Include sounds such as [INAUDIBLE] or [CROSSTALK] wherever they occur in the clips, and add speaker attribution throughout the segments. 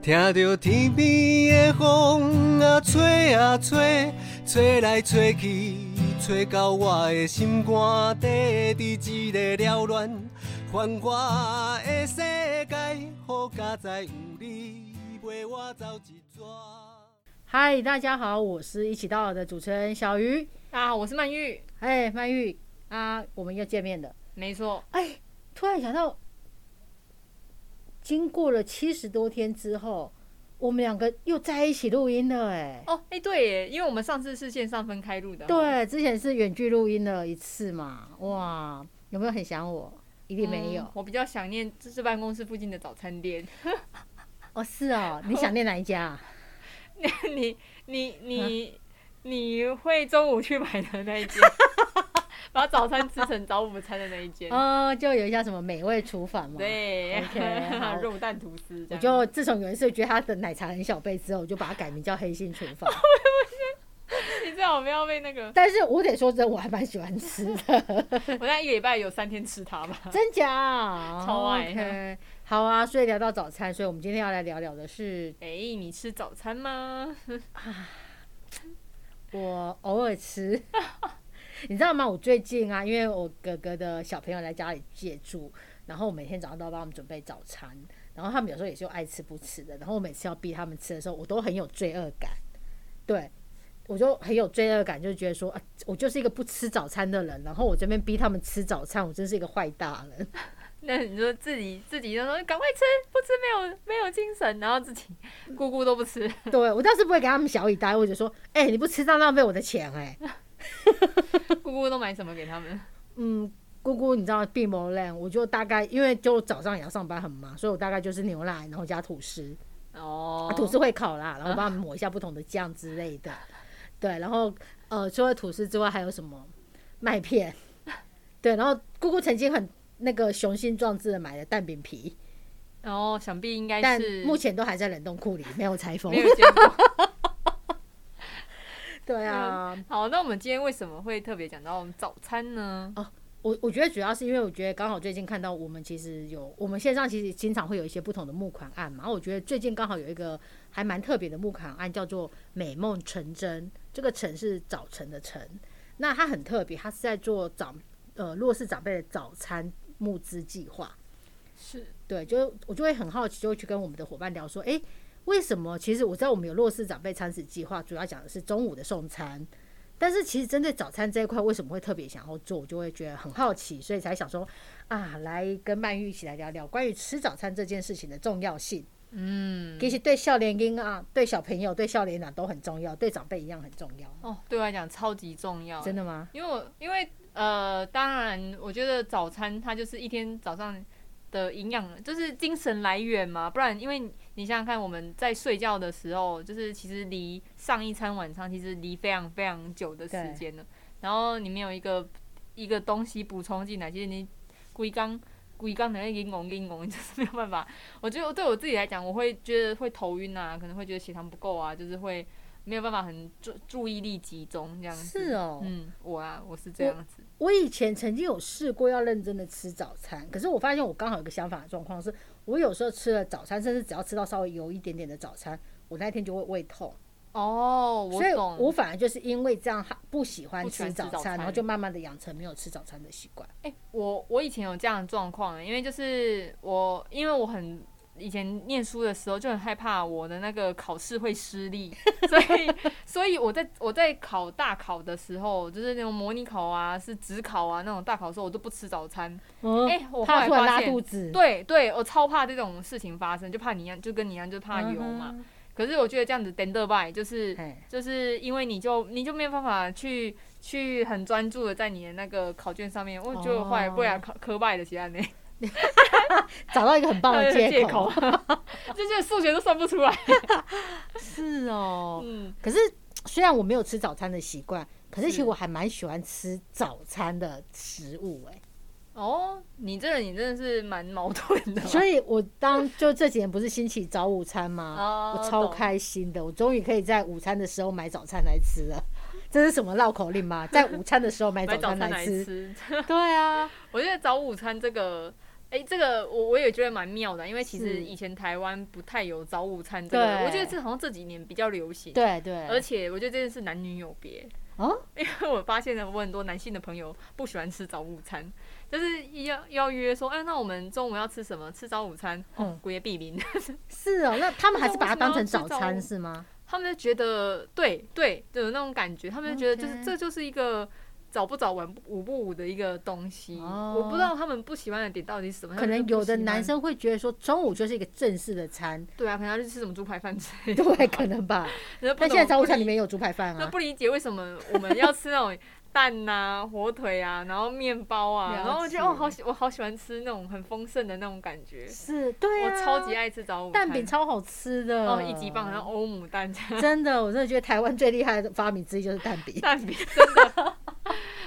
Speaker 1: 听着天边的风啊吹啊吹，吹来吹去，吹到我的心肝底，伫一个缭乱繁华的世界，好佳哉有你陪我走一逝。
Speaker 2: 嗨，大家好，我是一起到老的主持人小鱼。
Speaker 3: 啊，我是曼玉，
Speaker 2: 哎，曼玉啊，我们又见面了。
Speaker 3: 没错，
Speaker 2: 哎，突然想到，经过了七十多天之后，我们两个又在一起录音了、哎、
Speaker 3: 哦，哎、对耶，因为我们上次是线上分开录的，，哦
Speaker 2: 对，之前是远距录音了一次嘛，哇，有没有很想我？一定没有。
Speaker 3: 嗯我比较想念就是办公室附近的早餐
Speaker 2: [LAUGHS]
Speaker 3: 店。
Speaker 2: 哦，是哦，你想念哪一家啊？
Speaker 3: 你你你你会中午去买的那一
Speaker 2: [LAUGHS]
Speaker 3: 间，把早餐吃成早午餐的那一间，
Speaker 2: 哦，就有一家什么美味厨房嘛。
Speaker 3: 对 [LAUGHS]
Speaker 2: OK，好
Speaker 3: 肉蛋吐司这
Speaker 2: 我
Speaker 3: 样。
Speaker 2: 就自从有一次觉得他的奶茶很小杯之后，我就把它改名叫黑心厨房。
Speaker 3: 你最好不要被那个，
Speaker 2: 但是我得说真的，我还蛮喜欢吃
Speaker 3: [LAUGHS]
Speaker 2: 的，
Speaker 3: 我那一个礼拜有三天吃它吧。
Speaker 2: 真假？
Speaker 3: 超爱
Speaker 2: OK，好啊，所以聊到早餐，所以我们今天要来聊聊的是
Speaker 3: 哎、你吃早餐吗？ [LAUGHS]
Speaker 2: 我偶尔
Speaker 3: [LAUGHS]
Speaker 2: 吃。你知道吗？我最近啊，因为我哥哥的小朋友来家里借住，然后我每天早上都要帮他们准备早餐，然后他们有时候也就爱吃不吃的，然后我每次要逼他们吃的时候，我都很有罪恶感，对，我就很有罪恶感，就觉得说、啊，我就是一个不吃早餐的人，然后我这边逼他们吃早餐，我真是一个坏大人。
Speaker 3: 那你说自己自己就说赶快吃，不吃没有没有精神，然后自己咕咕都不吃。 [LAUGHS]
Speaker 2: 对我倒是不会给他们小以待，或者说，哎、你不吃这样浪费我的钱、
Speaker 3: [LAUGHS]
Speaker 2: 哎，
Speaker 3: 姑姑都买什么给他们？
Speaker 2: 嗯，姑姑，你知道闭眸烂，我就大概因为就早上也要上班很忙，所以我大概就是牛奶，然后加吐司，
Speaker 3: [LAUGHS] 哦
Speaker 2: 啊、吐司会烤啦，然后帮他
Speaker 3: [LAUGHS]
Speaker 2: 们抹一下不同的酱之类的。对，然后呃，除了吐司之外，还有什么麦片？对，然后姑姑曾经很那个雄心壮志的买了蛋饼皮，
Speaker 3: 哦，想必应该
Speaker 2: 但
Speaker 3: 是
Speaker 2: 目前都还在冷冻库里，没有拆封
Speaker 3: 没。有见过。 [LAUGHS]
Speaker 2: 对啊，
Speaker 3: 好，那我们今天为什么会特别讲到早餐呢？
Speaker 2: 我我觉得主要是因为我觉得刚好最近看到我们其实有我们线上其实经常会有一些不同的募款案嘛，我觉得最近刚好有一个还蛮特别的募款案叫做“美梦成真”，这个“晨”是早晨的“晨”，那它很特别，它是在做长呃弱势长辈的早餐募资计划。
Speaker 3: 是
Speaker 2: 对，就我就会很好奇，就会去跟我们的伙伴聊说，诶，为什么？其实我知道我们有弱势长辈餐食计划，主要讲的是中午的送餐，但是其实针对早餐这一块，为什么会特别想要做？我就会觉得很好奇，所以才想说啊，来跟曼玉一起来聊聊关于吃早餐这件事情的重要性。
Speaker 3: 嗯，
Speaker 2: 其实对笑脸婴啊，对小朋友、对笑脸啊都很重要，对长辈一样很重要。
Speaker 3: 哦，对我来讲超级重要，
Speaker 2: 真的吗？
Speaker 3: 因为我因为呃，当然，我觉得早餐它就是一天早上的营养，就是精神来源嘛。不然，因为你想想看，我们在睡觉的时候，就是其实离上一餐晚餐其实离非常非常久的时间了。然后你没有一个一个东西补充进来，其实你龟缸龟缸的那个拱硬拱， [LAUGHS] 就是没有办法。我觉得对我自己来讲，我会觉得会头晕啊，可能会觉得血糖不够啊，就是会。没有办法很注注意力集中这样子，
Speaker 2: 是哦，
Speaker 3: 嗯，我啊，我是这样子，
Speaker 2: 我以前曾经有试过要认真的吃早餐，可是我发现我刚好有个相反的状况是，我有时候吃了早餐，甚至只要吃到稍微油一点点的早餐，我那天就会胃痛，
Speaker 3: 哦，我
Speaker 2: 所以
Speaker 3: 懂。
Speaker 2: 我反而就是因为这样哈不喜欢
Speaker 3: 不喜欢
Speaker 2: 吃
Speaker 3: 吃
Speaker 2: 早餐，
Speaker 3: 早餐
Speaker 2: 然后就慢慢的养成没有吃早餐的习惯。
Speaker 3: 哎、我我以前有这样的状况、欸因为就是我，因为我很以前念书的时候就很害怕我的那个考试会失利，所以 [LAUGHS] 所以我在我在考大考的时候，就是那种模拟考啊，是职考啊那种大考的时候，我都不吃早餐。
Speaker 2: 嗯，
Speaker 3: 哎、我后
Speaker 2: 怕
Speaker 3: 来
Speaker 2: 突然
Speaker 3: 发
Speaker 2: 拉
Speaker 3: 现
Speaker 2: 肚，子，
Speaker 3: 对对，我超怕这种事情发生，就怕你一样，就跟你一样，就怕油啊嘛。
Speaker 2: 嗯
Speaker 3: 可是我觉得这样子 stand by 就是
Speaker 2: 哼，哎，
Speaker 3: 就是因为你就你就没有办法去去很专注的在你的那个考卷上面，我觉得后来不然考科拜的其他呢，
Speaker 2: 找到一个很棒
Speaker 3: [LAUGHS]
Speaker 2: 的
Speaker 3: 哦借
Speaker 2: 借
Speaker 3: 口
Speaker 2: 口。，
Speaker 3: 就是数学都算不出来。
Speaker 2: 是哦，
Speaker 3: 嗯，
Speaker 2: 可是虽然我没有吃早餐的习惯，可是其实
Speaker 3: 是
Speaker 2: 我还蛮喜欢吃早餐的食物、哎。
Speaker 3: 哦，你这个你真的是蛮矛盾 [LAUGHS] 的，
Speaker 2: 所以我当就这几年不是兴起早午餐吗？
Speaker 3: 哦
Speaker 2: 我超开心的，我终于可以在午餐的时候买早餐来吃了。 [LAUGHS] 这是什么绕口令
Speaker 3: [LAUGHS]
Speaker 2: 吗？在午餐的时候买
Speaker 3: 买
Speaker 2: 早
Speaker 3: 早
Speaker 2: 餐
Speaker 3: [LAUGHS] 餐
Speaker 2: 来
Speaker 3: 来
Speaker 2: 吃。
Speaker 3: 吃。
Speaker 2: [LAUGHS] 对啊，
Speaker 3: 我觉得早午餐这个哎、这个我我也觉得蛮妙的，因为其
Speaker 2: 是
Speaker 3: 实以前台湾不太有早午餐这个，
Speaker 2: 对
Speaker 3: 我觉得这好像这几年比较流行。
Speaker 2: 对对，
Speaker 3: 而且我觉得这件事男女有别，
Speaker 2: 啊，
Speaker 3: 因为 [LAUGHS] 我发现了我很多男性的朋友不喜欢吃早午餐，就是要要约说，哎，那我们中午要吃什么？吃早午餐，
Speaker 2: 嗯
Speaker 3: 哦，姑爷必名。
Speaker 2: 是哦，那他们还是把它当成早
Speaker 3: 那为什么要
Speaker 2: 餐
Speaker 3: 吃早
Speaker 2: 是
Speaker 3: [LAUGHS]
Speaker 2: 吗？
Speaker 3: [LAUGHS] 他们就觉得对对就有那种感觉，他们就觉得就是
Speaker 2: OK
Speaker 3: 这就是一个早不早晚不午不午的一个东西。
Speaker 2: 哦
Speaker 3: 我不知道他们不喜欢的点到底是什么，
Speaker 2: 可能
Speaker 3: 他们就
Speaker 2: 有
Speaker 3: 不喜
Speaker 2: 的
Speaker 3: 欢
Speaker 2: 男生会觉得说中午就是一个正式的
Speaker 3: [LAUGHS]
Speaker 2: 餐，
Speaker 3: 对啊，可能他就吃什么猪排饭之类的。 [LAUGHS]
Speaker 2: 对，可能吧。
Speaker 3: 然后不
Speaker 2: 但
Speaker 3: 懂
Speaker 2: 现在早午餐里
Speaker 3: 不理
Speaker 2: 面有猪排饭
Speaker 3: 那
Speaker 2: 啊，
Speaker 3: 不理解为什么我们要吃那种蛋呐、火腿啊， [LAUGHS] 然后面包啊，
Speaker 2: 了
Speaker 3: 然后我觉得哦，
Speaker 2: 解
Speaker 3: 好喜我好喜欢吃那种很丰盛的那种感觉，
Speaker 2: 是对
Speaker 3: 我
Speaker 2: 啊，
Speaker 3: 超级爱吃早午餐
Speaker 2: 蛋饼超呃好吃的
Speaker 3: 哦，一级棒，然后欧姆
Speaker 2: [LAUGHS]
Speaker 3: 蛋这样。
Speaker 2: 真的，我真的觉得台湾最厉害的发明之一就是蛋饼。
Speaker 3: 蛋
Speaker 2: [LAUGHS]
Speaker 3: 饼真的。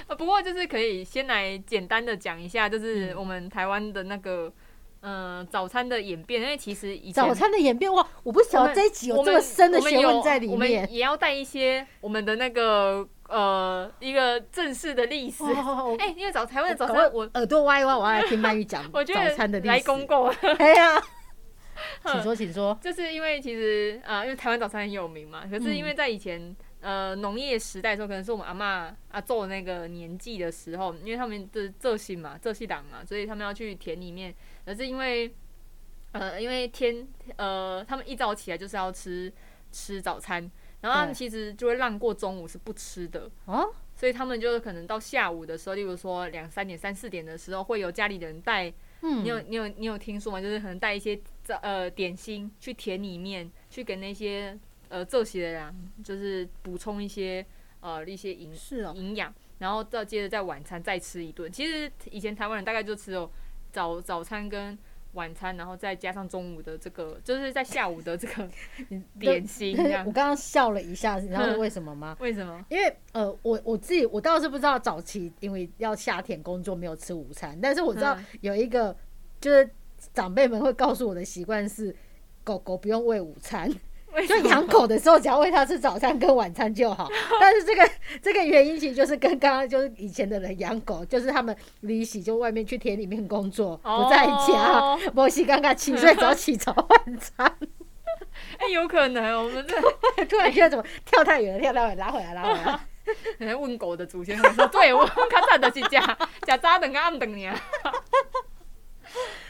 Speaker 3: 呃不过就是可以先来简单的讲一下，就是
Speaker 2: 嗯
Speaker 3: 我们台湾的那个呃早餐的演变，因为其实以前
Speaker 2: 早餐的演变哇，我不晓
Speaker 3: 我
Speaker 2: 得
Speaker 3: 们
Speaker 2: 这一集有
Speaker 3: 我
Speaker 2: 这
Speaker 3: 们
Speaker 2: 么深的
Speaker 3: 我们
Speaker 2: 学问
Speaker 3: 有
Speaker 2: 在里
Speaker 3: 我们
Speaker 2: 面。
Speaker 3: 也要带一些我们的那个呃一个正式的历史。
Speaker 2: 哇好好好
Speaker 3: 哎、因为早台湾的早
Speaker 2: 搞
Speaker 3: 餐，
Speaker 2: 不好
Speaker 3: 我
Speaker 2: 耳朵挖一挖，我要来听曼玉讲
Speaker 3: [LAUGHS] 我觉
Speaker 2: 早餐的
Speaker 3: 得
Speaker 2: 历
Speaker 3: 来
Speaker 2: 史。
Speaker 3: 公购， [LAUGHS]
Speaker 2: 哎呀，请说，请说。
Speaker 3: 就是因为其实呃，因为台湾早餐很有名嘛，可是因
Speaker 2: 嗯
Speaker 3: 为在以前、呃农业时代的时候，可能是我们阿嬷阿做那个年纪的时候，因为他们的浙西嘛，浙西党嘛，所以他们要去田里面，可是因为呃因为天呃他们一早起来就是要吃吃早餐，然后他们
Speaker 2: 对
Speaker 3: 其实就会让过中午是不吃的，
Speaker 2: 哦，
Speaker 3: 所以他们就是可能到下午的时候，例如说两三点、三四点的时候，会有家里人带
Speaker 2: 嗯
Speaker 3: 你有你有你有听说吗？就是可能带一些这呃点心去田里面，去给那些呃这些的人，就是补充一些呃一些营
Speaker 2: 是哦，
Speaker 3: 营养，然后再接着在晚餐再吃一顿。其实以前台湾人大概就只有早早餐跟晚餐，然后再加上中午的这个，就是在下午的这
Speaker 2: [LAUGHS]
Speaker 3: 个点心这
Speaker 2: 我 [LAUGHS]
Speaker 3: 样。
Speaker 2: 刚刚笑了一下，你知道是为什么吗？
Speaker 3: 为什么？
Speaker 2: 因为呃，我我自己我倒是不知道早期因为要夏天工作没有吃午餐，但是我知道
Speaker 3: 嗯
Speaker 2: 有一个就是长辈们会告诉我的习惯是，狗狗不用喂午餐，
Speaker 3: 为
Speaker 2: 就
Speaker 3: 什么
Speaker 2: 养狗的时候只要喂它吃早餐跟晚餐
Speaker 3: [LAUGHS]
Speaker 2: 就好。但是这个这个原因其实就是跟刚刚就是以前的人养狗，就是他们离席就外面去田里面工作，不在家
Speaker 3: 哦，
Speaker 2: 摩西刚刚起，所以早起早晚 [LAUGHS] 餐。
Speaker 3: [LAUGHS] 哎、有可能我们这
Speaker 2: 突然觉得怎么跳太远了，跳太远，拉回来，拉回
Speaker 3: [LAUGHS]
Speaker 2: 来。
Speaker 3: 可能问狗的祖先说：“对我较早就是食 [LAUGHS] 食早顿跟暗顿尔。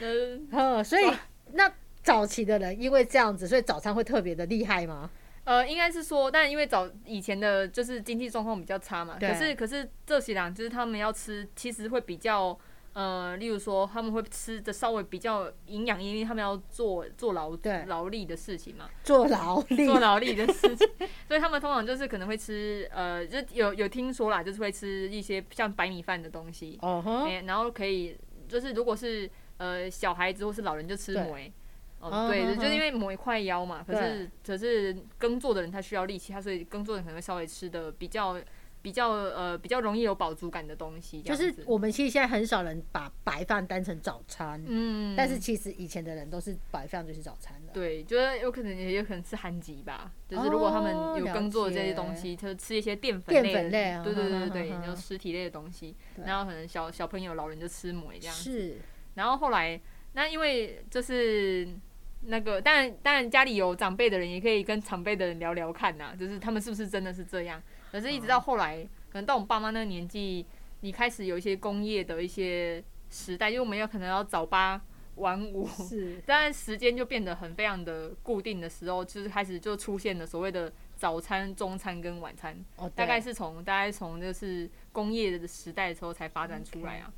Speaker 3: 呃
Speaker 2: 哦，所以那早期的人因为这样子，所以早餐会特别的厉害吗？
Speaker 3: [LAUGHS] 呃，应该是说，但因为早以前的就是经济状况比较差嘛，
Speaker 2: 对
Speaker 3: 可是可是这些人就是他们要吃，其实会比较呃，例如说他们会吃的稍微比较营养，因为他们要做做劳
Speaker 2: 对
Speaker 3: 劳力的事情嘛，
Speaker 2: 做劳力，
Speaker 3: 做劳力的事情， [LAUGHS] 所以他们通常就是可能会吃呃，就有有听说啦，就是会吃一些像白米饭的东西，
Speaker 2: 哦哼，
Speaker 3: 哎、然后可以就是如果是呃小孩子或是老人就吃
Speaker 2: 对
Speaker 3: 馍。
Speaker 2: 嗯
Speaker 3: 哦，对，
Speaker 2: 哼
Speaker 3: 就就是
Speaker 2: 哼
Speaker 3: 因为馍快腰嘛，可
Speaker 2: 对
Speaker 3: 是可是耕作的人他需要力气，他所以耕作的人可能会稍微吃的比较比较呃比较容易有饱足感的东西，这
Speaker 2: 就
Speaker 3: 样
Speaker 2: 是
Speaker 3: 子
Speaker 2: 我们其实现在很少人把白饭当成早餐，
Speaker 3: 嗯，
Speaker 2: 但是其实以前的人都是白饭就是早餐的。
Speaker 3: 对，就是有可能也有可能吃韩籍吧，就是如果他
Speaker 2: 哦
Speaker 3: 们有耕作的这
Speaker 2: 了解
Speaker 3: 些东西，就是吃一些淀
Speaker 2: 淀
Speaker 3: 粉类的，
Speaker 2: 粉类啊
Speaker 3: 对对
Speaker 2: 哈哈哈
Speaker 3: 对对，
Speaker 2: 哈
Speaker 3: 就实体类的东西，
Speaker 2: 对
Speaker 3: 然后可能小小朋友老人就吃馍这样子
Speaker 2: 是，
Speaker 3: 然后后来，那因为就是那个，当然当然家里有长辈的人也可以跟长辈的人聊聊看呐、啊就是他们是不是真的是这样。可是，一直到
Speaker 2: 哦
Speaker 3: 后来，可能到我们爸妈那个年纪，你开始有一些工业的一些时代，因为我们要可能要早八晚五， [LAUGHS]
Speaker 2: 是
Speaker 3: 当然时间就变得很非常的固定的时候，就是开始就出现了所谓的早餐、中餐跟晚餐。
Speaker 2: 哦，
Speaker 3: 大
Speaker 2: 对
Speaker 3: 概是从大概从就是工业的时代的时候才发展出来啊。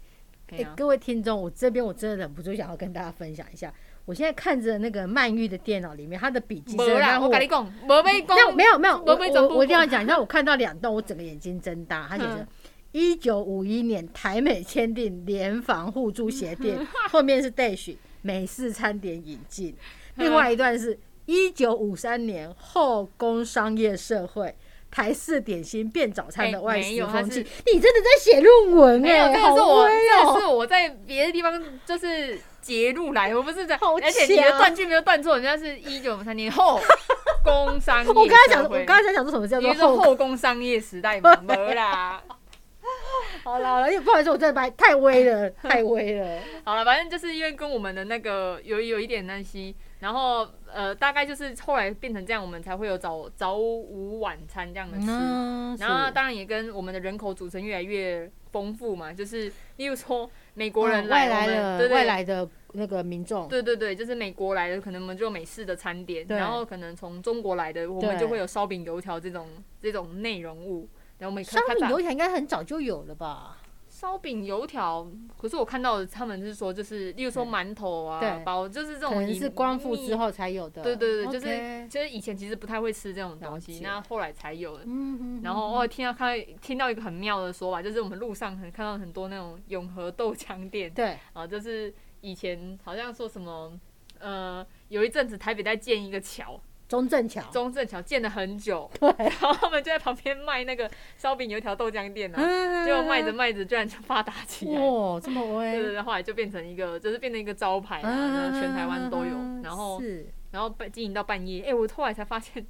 Speaker 3: 对
Speaker 2: 欸
Speaker 3: 啊，
Speaker 2: 各位听众，我这边我真的忍不住想要跟大家分享一下，我现在看着那个曼玉的电脑里面，他的笔记真
Speaker 3: 无
Speaker 2: 的
Speaker 3: 啦，
Speaker 2: 让
Speaker 3: 我跟你讲，无被讲。
Speaker 2: 那没有没有，我
Speaker 3: 我被总
Speaker 2: 我
Speaker 3: 部
Speaker 2: 我一定要讲，你知道我看到两栋，我整个眼睛睁大，他写着
Speaker 3: 嗯。
Speaker 2: 一九五一年，台美签订联防互助协定，
Speaker 3: [LAUGHS]
Speaker 2: 后面是 dash 美式餐点引进。
Speaker 3: 嗯
Speaker 2: 另外一段是一九五三年后工商业社会，台式点心变早餐的
Speaker 3: 哎
Speaker 2: 外
Speaker 3: 没
Speaker 2: 食
Speaker 3: 有
Speaker 2: 风
Speaker 3: 它
Speaker 2: 气。
Speaker 3: 是
Speaker 2: 你真的在写论文
Speaker 3: 没有，
Speaker 2: 哎、
Speaker 3: 这
Speaker 2: 好
Speaker 3: 个是我，
Speaker 2: 威哦、
Speaker 3: 这个是我在别的地方就是截录来，我不是在，
Speaker 2: 好
Speaker 3: 而且你的
Speaker 2: 强
Speaker 3: 断句没有断错，人家是一九三年
Speaker 2: [LAUGHS]
Speaker 3: 后工商业社会，
Speaker 2: 我刚才讲，我刚才想说什么叫
Speaker 3: 你
Speaker 2: 做
Speaker 3: 是说
Speaker 2: 后
Speaker 3: 后工商业时代嘛，没啦。
Speaker 2: 好啦，好啦因为不好意思，我真的把太微了，太微
Speaker 3: [LAUGHS]
Speaker 2: 了。
Speaker 3: 好了，反正就是因为跟我们的那个有有一点关系，然后呃，大概就是后来变成这样，我们才会有早早午晚餐这样的吃。
Speaker 2: 嗯，
Speaker 3: 然后当然也跟我们的人口组成越来越丰富嘛，就是例如说美国人
Speaker 2: 啊外
Speaker 3: 嗯来我
Speaker 2: 来
Speaker 3: 们，
Speaker 2: 的
Speaker 3: 对对
Speaker 2: 外来的那个民众，
Speaker 3: 对对对，就是美国来的，可能我们就有美式的餐点，
Speaker 2: 对
Speaker 3: 然后可能从中国来的，我们
Speaker 2: 对
Speaker 3: 就会有烧饼、油条这种这种内容物。然后我们
Speaker 2: 烧
Speaker 3: 看看
Speaker 2: 饼
Speaker 3: 把
Speaker 2: 油条应该很早就有了吧？
Speaker 3: 烧饼、油条，可是我看到的他们是说，就是例如说
Speaker 2: 对
Speaker 3: 馒头啊
Speaker 2: 对、
Speaker 3: 包，就是这
Speaker 2: 可
Speaker 3: 种
Speaker 2: 能
Speaker 3: 以
Speaker 2: 是光复之
Speaker 3: 面。
Speaker 2: 后才有的。
Speaker 3: 对对对，就
Speaker 2: OK
Speaker 3: 是就是以前其实不太会吃这种
Speaker 2: 了
Speaker 3: 东西，
Speaker 2: 解
Speaker 3: 那后来才有的。
Speaker 2: 嗯，嗯
Speaker 3: 然后我听到看到听到一个很妙的说法，就是我们路上很看到很多那种永和豆浆店，
Speaker 2: 对，
Speaker 3: 啊，就是以前好像说什么，呃，有一阵子台北在建一个桥，
Speaker 2: 中正桥，
Speaker 3: 中正桥建了很久，
Speaker 2: 对，
Speaker 3: 然后他们就在旁边卖那个烧饼油条豆浆店啊，
Speaker 2: 嗯
Speaker 3: 就卖着，卖着居然就发达起来。
Speaker 2: 哇，这么
Speaker 3: 对对
Speaker 2: 威，啊
Speaker 3: 对，后来就变成一个，就是变成一个招牌啊，然后全台湾都有。然后，
Speaker 2: 是啊
Speaker 3: 然后半经营到半夜，哎、我后来才发现，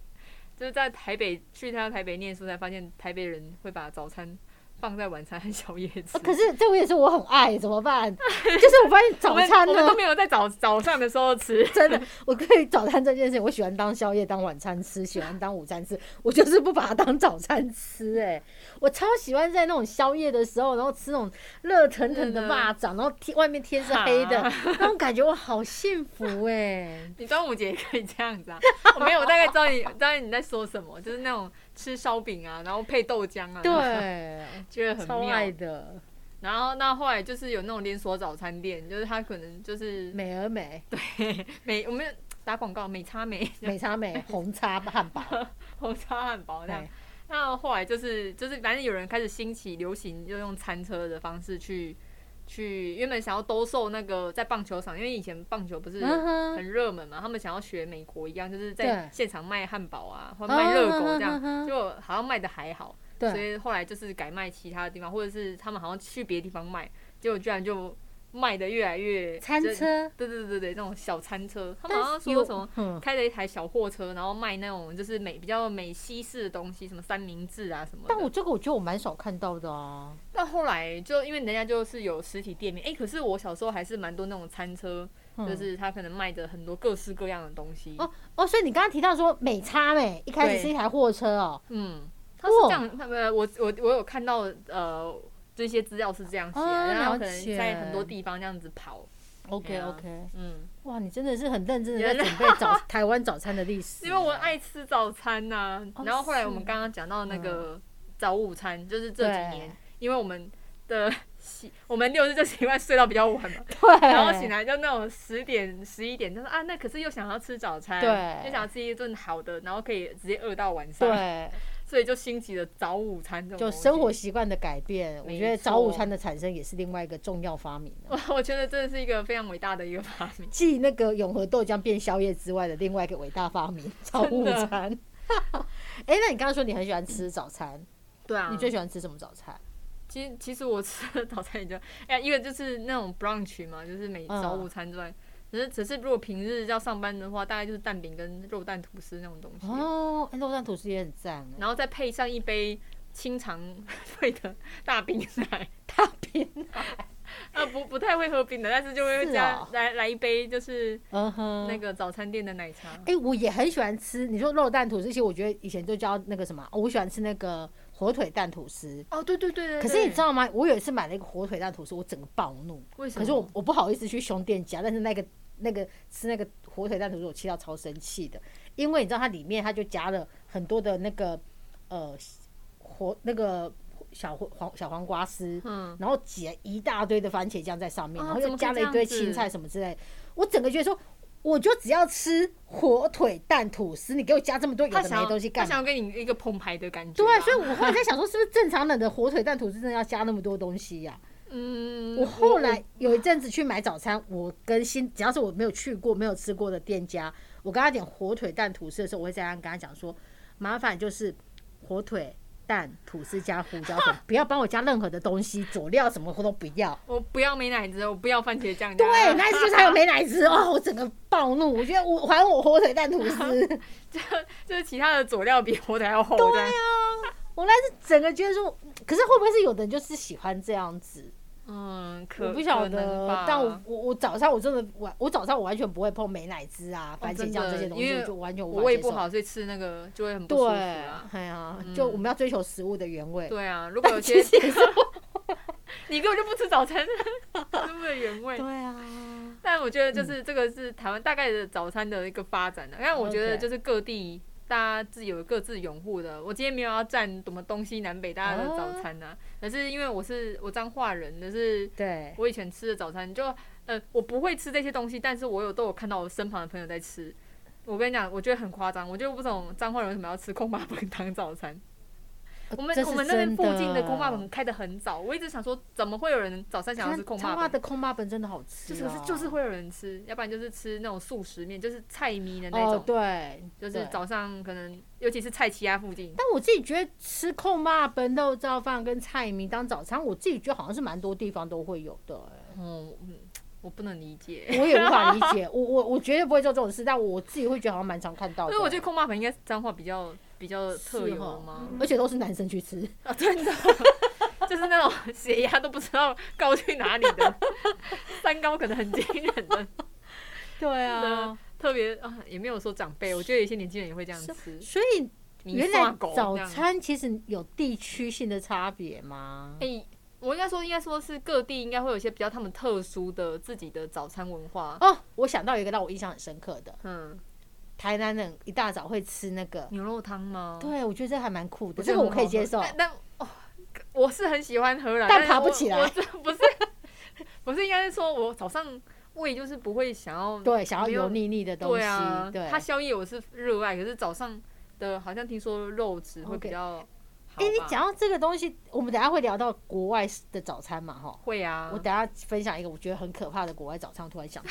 Speaker 3: 就是在台北去他台北念书，才发现台北人会把早餐放在晚餐和宵夜吃。
Speaker 2: 啊，可是这个也是我很爱，怎么
Speaker 3: [LAUGHS]
Speaker 2: 办？就是我发现早餐
Speaker 3: 我们我们
Speaker 2: 呢
Speaker 3: 都，没有在早早上的时候吃。
Speaker 2: 真的，我对于早餐这件事情，我喜欢当宵夜、当晚餐吃，喜欢当午餐吃，我就是不把它当早餐吃、哎，我超喜欢在那种宵夜的时候，然后吃那种热腾腾的蚂蚱，然后天外面天是黑的，那种感觉我好幸福哎、
Speaker 3: [LAUGHS] 你端午节也可以这样子啊？我没有，我大概知道你，知道你在说什么，就是那种吃烧饼啊，然后配豆浆啊，，
Speaker 2: 对，
Speaker 3: 觉得很
Speaker 2: 超爱
Speaker 3: 妙。
Speaker 2: 的
Speaker 3: 然后那后来就是有那种连锁早餐店，就是它可能就是
Speaker 2: 美而美、
Speaker 3: [LAUGHS] 美，我们打广告美差美 [LAUGHS]
Speaker 2: 美差美、红叉汉堡，
Speaker 3: 红叉汉堡这样
Speaker 2: 对。
Speaker 3: 那后来就是就是反正有人开始兴起流行，就用餐车的方式去去，原本想要兜售那个在棒球场，因为以前棒球不 [LAUGHS] 是
Speaker 2: 嗯哼
Speaker 3: 很热门嘛，他们想要学美国一样，就是在
Speaker 2: 对
Speaker 3: 现场卖汉堡啊，或
Speaker 2: 哦
Speaker 3: 卖热狗
Speaker 2: 哼
Speaker 3: 这
Speaker 2: 哼哼
Speaker 3: 样，就好像卖的还好，所
Speaker 2: 对，
Speaker 3: 以后来就是改卖其他的地方，或者是他们好像去别的地方卖，结果居然就卖的越来越
Speaker 2: 餐
Speaker 3: 就
Speaker 2: 车
Speaker 3: 对对对对，那种小餐车，他
Speaker 2: 但
Speaker 3: 们
Speaker 2: 是
Speaker 3: 好像
Speaker 2: 有
Speaker 3: 说什么
Speaker 2: 嗯
Speaker 3: 开了一台小货车，然后卖那种就是美比较美西式的东西，什么三明治啊什么的。
Speaker 2: 但我这个我觉得我蛮少看到的啊，
Speaker 3: 但后来就因为人家就是有实体店面，哎、可是我小时候还是蛮多那种餐车，
Speaker 2: 嗯
Speaker 3: 就是他可能卖着很多各式各样的东西。
Speaker 2: 哦哦，所以你刚刚提到说美差美一开始
Speaker 3: 对
Speaker 2: 是一台货车哦，
Speaker 3: 嗯，他是这样，他们我我我有看到呃这些资料是这样写的，
Speaker 2: 哦
Speaker 3: 然后
Speaker 2: 了
Speaker 3: 可能
Speaker 2: 解
Speaker 3: 在很多地方这样子跑，
Speaker 2: OK
Speaker 3: 对啊
Speaker 2: OK，
Speaker 3: 嗯，
Speaker 2: 哇，你真的是很认真的在
Speaker 3: 原来
Speaker 2: 准备
Speaker 3: [LAUGHS]
Speaker 2: 早台湾早餐的历史，
Speaker 3: 因为我爱吃早餐呐、
Speaker 2: 哦
Speaker 3: 然后后来我们
Speaker 2: 是嗯
Speaker 3: 刚刚讲到那个早午餐，就是这几年，因为我们的习，我们六日就习惯睡到比较晚嘛， [LAUGHS]
Speaker 2: 对，
Speaker 3: 然后醒来就那种十点、十一点，就是啊，那可是又想要吃早餐，
Speaker 2: 对
Speaker 3: 又想要吃一顿好的，然后可以直接饿到晚上，，
Speaker 2: 对，
Speaker 3: 所以就兴起了早午餐这种
Speaker 2: 就
Speaker 3: 东西
Speaker 2: 生活习惯的改变，我
Speaker 3: 没
Speaker 2: 觉得早午
Speaker 3: 错
Speaker 2: 餐的产生也是另外一个重要发明啊、
Speaker 3: [LAUGHS] 我我觉得这是一个非常伟大的一个发明。
Speaker 2: 继那个永和豆浆变宵夜之外的另外一个伟大发明——早午
Speaker 3: 的
Speaker 2: 餐。 [LAUGHS] 哎、那你刚刚说你很喜欢吃早餐，
Speaker 3: 对啊
Speaker 2: 你最喜欢吃什么早餐？
Speaker 3: 其实其实我吃的早餐也就哎、一个就是那种 brunch 嘛，就是每
Speaker 2: 嗯
Speaker 3: 早午餐之外，只是只是如果平日要上班的话，大概就是蛋饼跟肉蛋吐司那种东西，
Speaker 2: 哦，哎肉蛋吐司也很赞哎，
Speaker 3: 然后再配上一杯清 [LAUGHS] 肠味的大冰奶。
Speaker 2: 大便，
Speaker 3: 啊，不不太会喝冰的，但是就会
Speaker 2: 是
Speaker 3: 加、
Speaker 2: 哦
Speaker 3: 来来一杯，就是
Speaker 2: 嗯哼，
Speaker 3: 那个早餐店的奶茶。
Speaker 2: 哎、我也很喜欢吃。你说肉蛋吐司，其实我觉得以前就叫那个什么，我喜欢吃那个火腿蛋吐司。
Speaker 3: 哦，对对对对
Speaker 2: 可是你知，道吗？我有一次买了一个火腿蛋吐司，我整个暴怒。
Speaker 3: 为什么
Speaker 2: 可是我我不好意思去熊店家，但是那个那个吃那个火腿蛋吐司，我吃到超生气的，因为你知道它里面它就夹了很多的那个呃火那个小黄小黄瓜丝，
Speaker 3: 嗯，
Speaker 2: 然后挤了一大堆的番茄酱在上面，
Speaker 3: 啊
Speaker 2: 然后又加了一堆青菜什么之类。我整个觉得说，我就只要吃火腿蛋吐司，你给我加这么多有
Speaker 3: 他
Speaker 2: 的
Speaker 3: 想
Speaker 2: 没
Speaker 3: 要
Speaker 2: 东西
Speaker 3: 他
Speaker 2: 干
Speaker 3: 想
Speaker 2: 嘛？
Speaker 3: 要给你一个澎湃的感觉啊吧。
Speaker 2: 对，啊所以我后来在想说，是不是正常人的火腿蛋吐司真的要加那么多东西呀、
Speaker 3: 嗯，
Speaker 2: 我后来有一阵子去买早餐，我跟新只要是我没有去过、没有吃过的店家，我跟他点火腿蛋吐司的时候，我会这样跟他讲说，麻烦就是火腿蛋吐司加胡椒粉，不要帮我加任何的东西，佐料什么都不要。啊
Speaker 3: 我不要美奶滋，我不要番茄酱。
Speaker 2: 对，
Speaker 3: [LAUGHS]
Speaker 2: 那一次 [LAUGHS] 就是还有美乃滋哦，我整个暴怒，我觉得我还我火腿蛋吐司，
Speaker 3: 就是其他的佐料比火腿还要厚。对啊，
Speaker 2: [LAUGHS] 我那是整个觉得说，嗯可是会不会是有的人就是喜欢这样子？
Speaker 3: 嗯，可
Speaker 2: 我不晓
Speaker 3: 可能
Speaker 2: 得
Speaker 3: 吧，
Speaker 2: 但我我我早上我真的完，我早上我完全不会碰美乃滋啊、番茄
Speaker 3: 哦真
Speaker 2: 酱
Speaker 3: 的
Speaker 2: 这些东
Speaker 3: 因
Speaker 2: 西，
Speaker 3: 为
Speaker 2: 我就完全无
Speaker 3: 我
Speaker 2: 法
Speaker 3: 胃
Speaker 2: 接
Speaker 3: 不
Speaker 2: 受
Speaker 3: 好，所以吃那个就会很不舒服
Speaker 2: 对
Speaker 3: 啊，。
Speaker 2: 哎呀，
Speaker 3: 嗯
Speaker 2: 就我们要追求食物的原味。
Speaker 3: 对啊，如果
Speaker 2: 但 [LAUGHS]
Speaker 3: 有
Speaker 2: 其
Speaker 3: 些
Speaker 2: 实也是
Speaker 3: 你根本就不吃早餐， [LAUGHS] 是为了原味。
Speaker 2: 对
Speaker 3: [LAUGHS]
Speaker 2: 啊，
Speaker 3: 但我觉得就是这个是台湾大概的早餐的一个发展啊的、因为我觉得
Speaker 2: OK
Speaker 3: 就是各地大家自有各自拥护的。我今天没有要占什么东西南北大家的
Speaker 2: 啊
Speaker 3: 早餐呐、可是因为我是我彰化人，可是
Speaker 2: 对，
Speaker 3: 我以前吃的早餐就呃我不会吃这些东西，但是我有都有看到我身旁的朋友在吃。我跟你讲，我觉得很夸张，我就不懂彰化人为什么要吃空霸粉当早餐。我们
Speaker 2: 哦这
Speaker 3: 我
Speaker 2: 是
Speaker 3: 们那边
Speaker 2: 真
Speaker 3: 附近的
Speaker 2: 的
Speaker 3: 空霸粉开的很早，我一直想说怎么会有人早上想要吃空霸
Speaker 2: 他
Speaker 3: 粉
Speaker 2: 妈？的空巴本真的好吃
Speaker 3: 就
Speaker 2: 哦，
Speaker 3: 是可是就是会有人吃，要不然就是吃那种素食面，就是菜迷的那
Speaker 2: 哦
Speaker 3: 种，，
Speaker 2: 对，
Speaker 3: 就是
Speaker 2: 对
Speaker 3: 早上可能尤其是菜奇亚附
Speaker 2: [LAUGHS]
Speaker 3: 近，
Speaker 2: 但我自己觉得吃控霸本豆造饭跟菜米当早餐，我自己觉得好像是蛮多地方都会有的、欸
Speaker 3: 嗯嗯，我不能理解，
Speaker 2: 我也无法理解。我我我绝对不会做这种事，但我自己会觉得 [LAUGHS] 好像蛮常看到
Speaker 3: 因
Speaker 2: 的。
Speaker 3: 为我觉得空霸粉应该是彰化比较比较特有的嘛，
Speaker 2: 而且都是男生去吃，
Speaker 3: 啊真的，就是那种 [LAUGHS] 血压都不知道高去哪里的，三高可能很惊人的，
Speaker 2: 对
Speaker 3: 啊，特别啊也没有说长辈，我觉得有些年轻人也会这样吃，
Speaker 2: 所以
Speaker 3: 你
Speaker 2: 原
Speaker 3: 刷
Speaker 2: 来
Speaker 3: 狗
Speaker 2: 早
Speaker 3: 这样
Speaker 2: 餐其实有地区性的差别吗？
Speaker 3: 哎、我应该说，应该说是各地应该会有一些比较他们特殊的自己的早餐文化。
Speaker 2: 哦，我想到一个让我印象很深刻的，
Speaker 3: 嗯，
Speaker 2: 台南人一大早会吃那个，
Speaker 3: 牛肉汤吗？
Speaker 2: 对我觉得这还蛮酷的，这
Speaker 3: 觉得很好
Speaker 2: 个
Speaker 3: 喝，
Speaker 2: 我可以接受。
Speaker 3: 但但哦，我是很喜欢喝啦，
Speaker 2: 但
Speaker 3: 是
Speaker 2: 爬不
Speaker 3: 我
Speaker 2: 起来
Speaker 3: 我这不是， [LAUGHS] 不是应该是说我早上胃就是不会想要。
Speaker 2: 对，想要
Speaker 3: 没有
Speaker 2: 油腻腻的东
Speaker 3: 对
Speaker 2: 西，
Speaker 3: 啊，
Speaker 2: 对，
Speaker 3: 它宵夜我是热爱，可是早上的好像听说肉质会
Speaker 2: OK
Speaker 3: 比较好吧。
Speaker 2: 哎、你讲到这个东西，我们等一下会聊到国外的早餐嘛，哈。
Speaker 3: 会啊？
Speaker 2: 我等一下分享一个我觉得很可怕的国外早餐，突然想
Speaker 3: [LAUGHS]
Speaker 2: 到。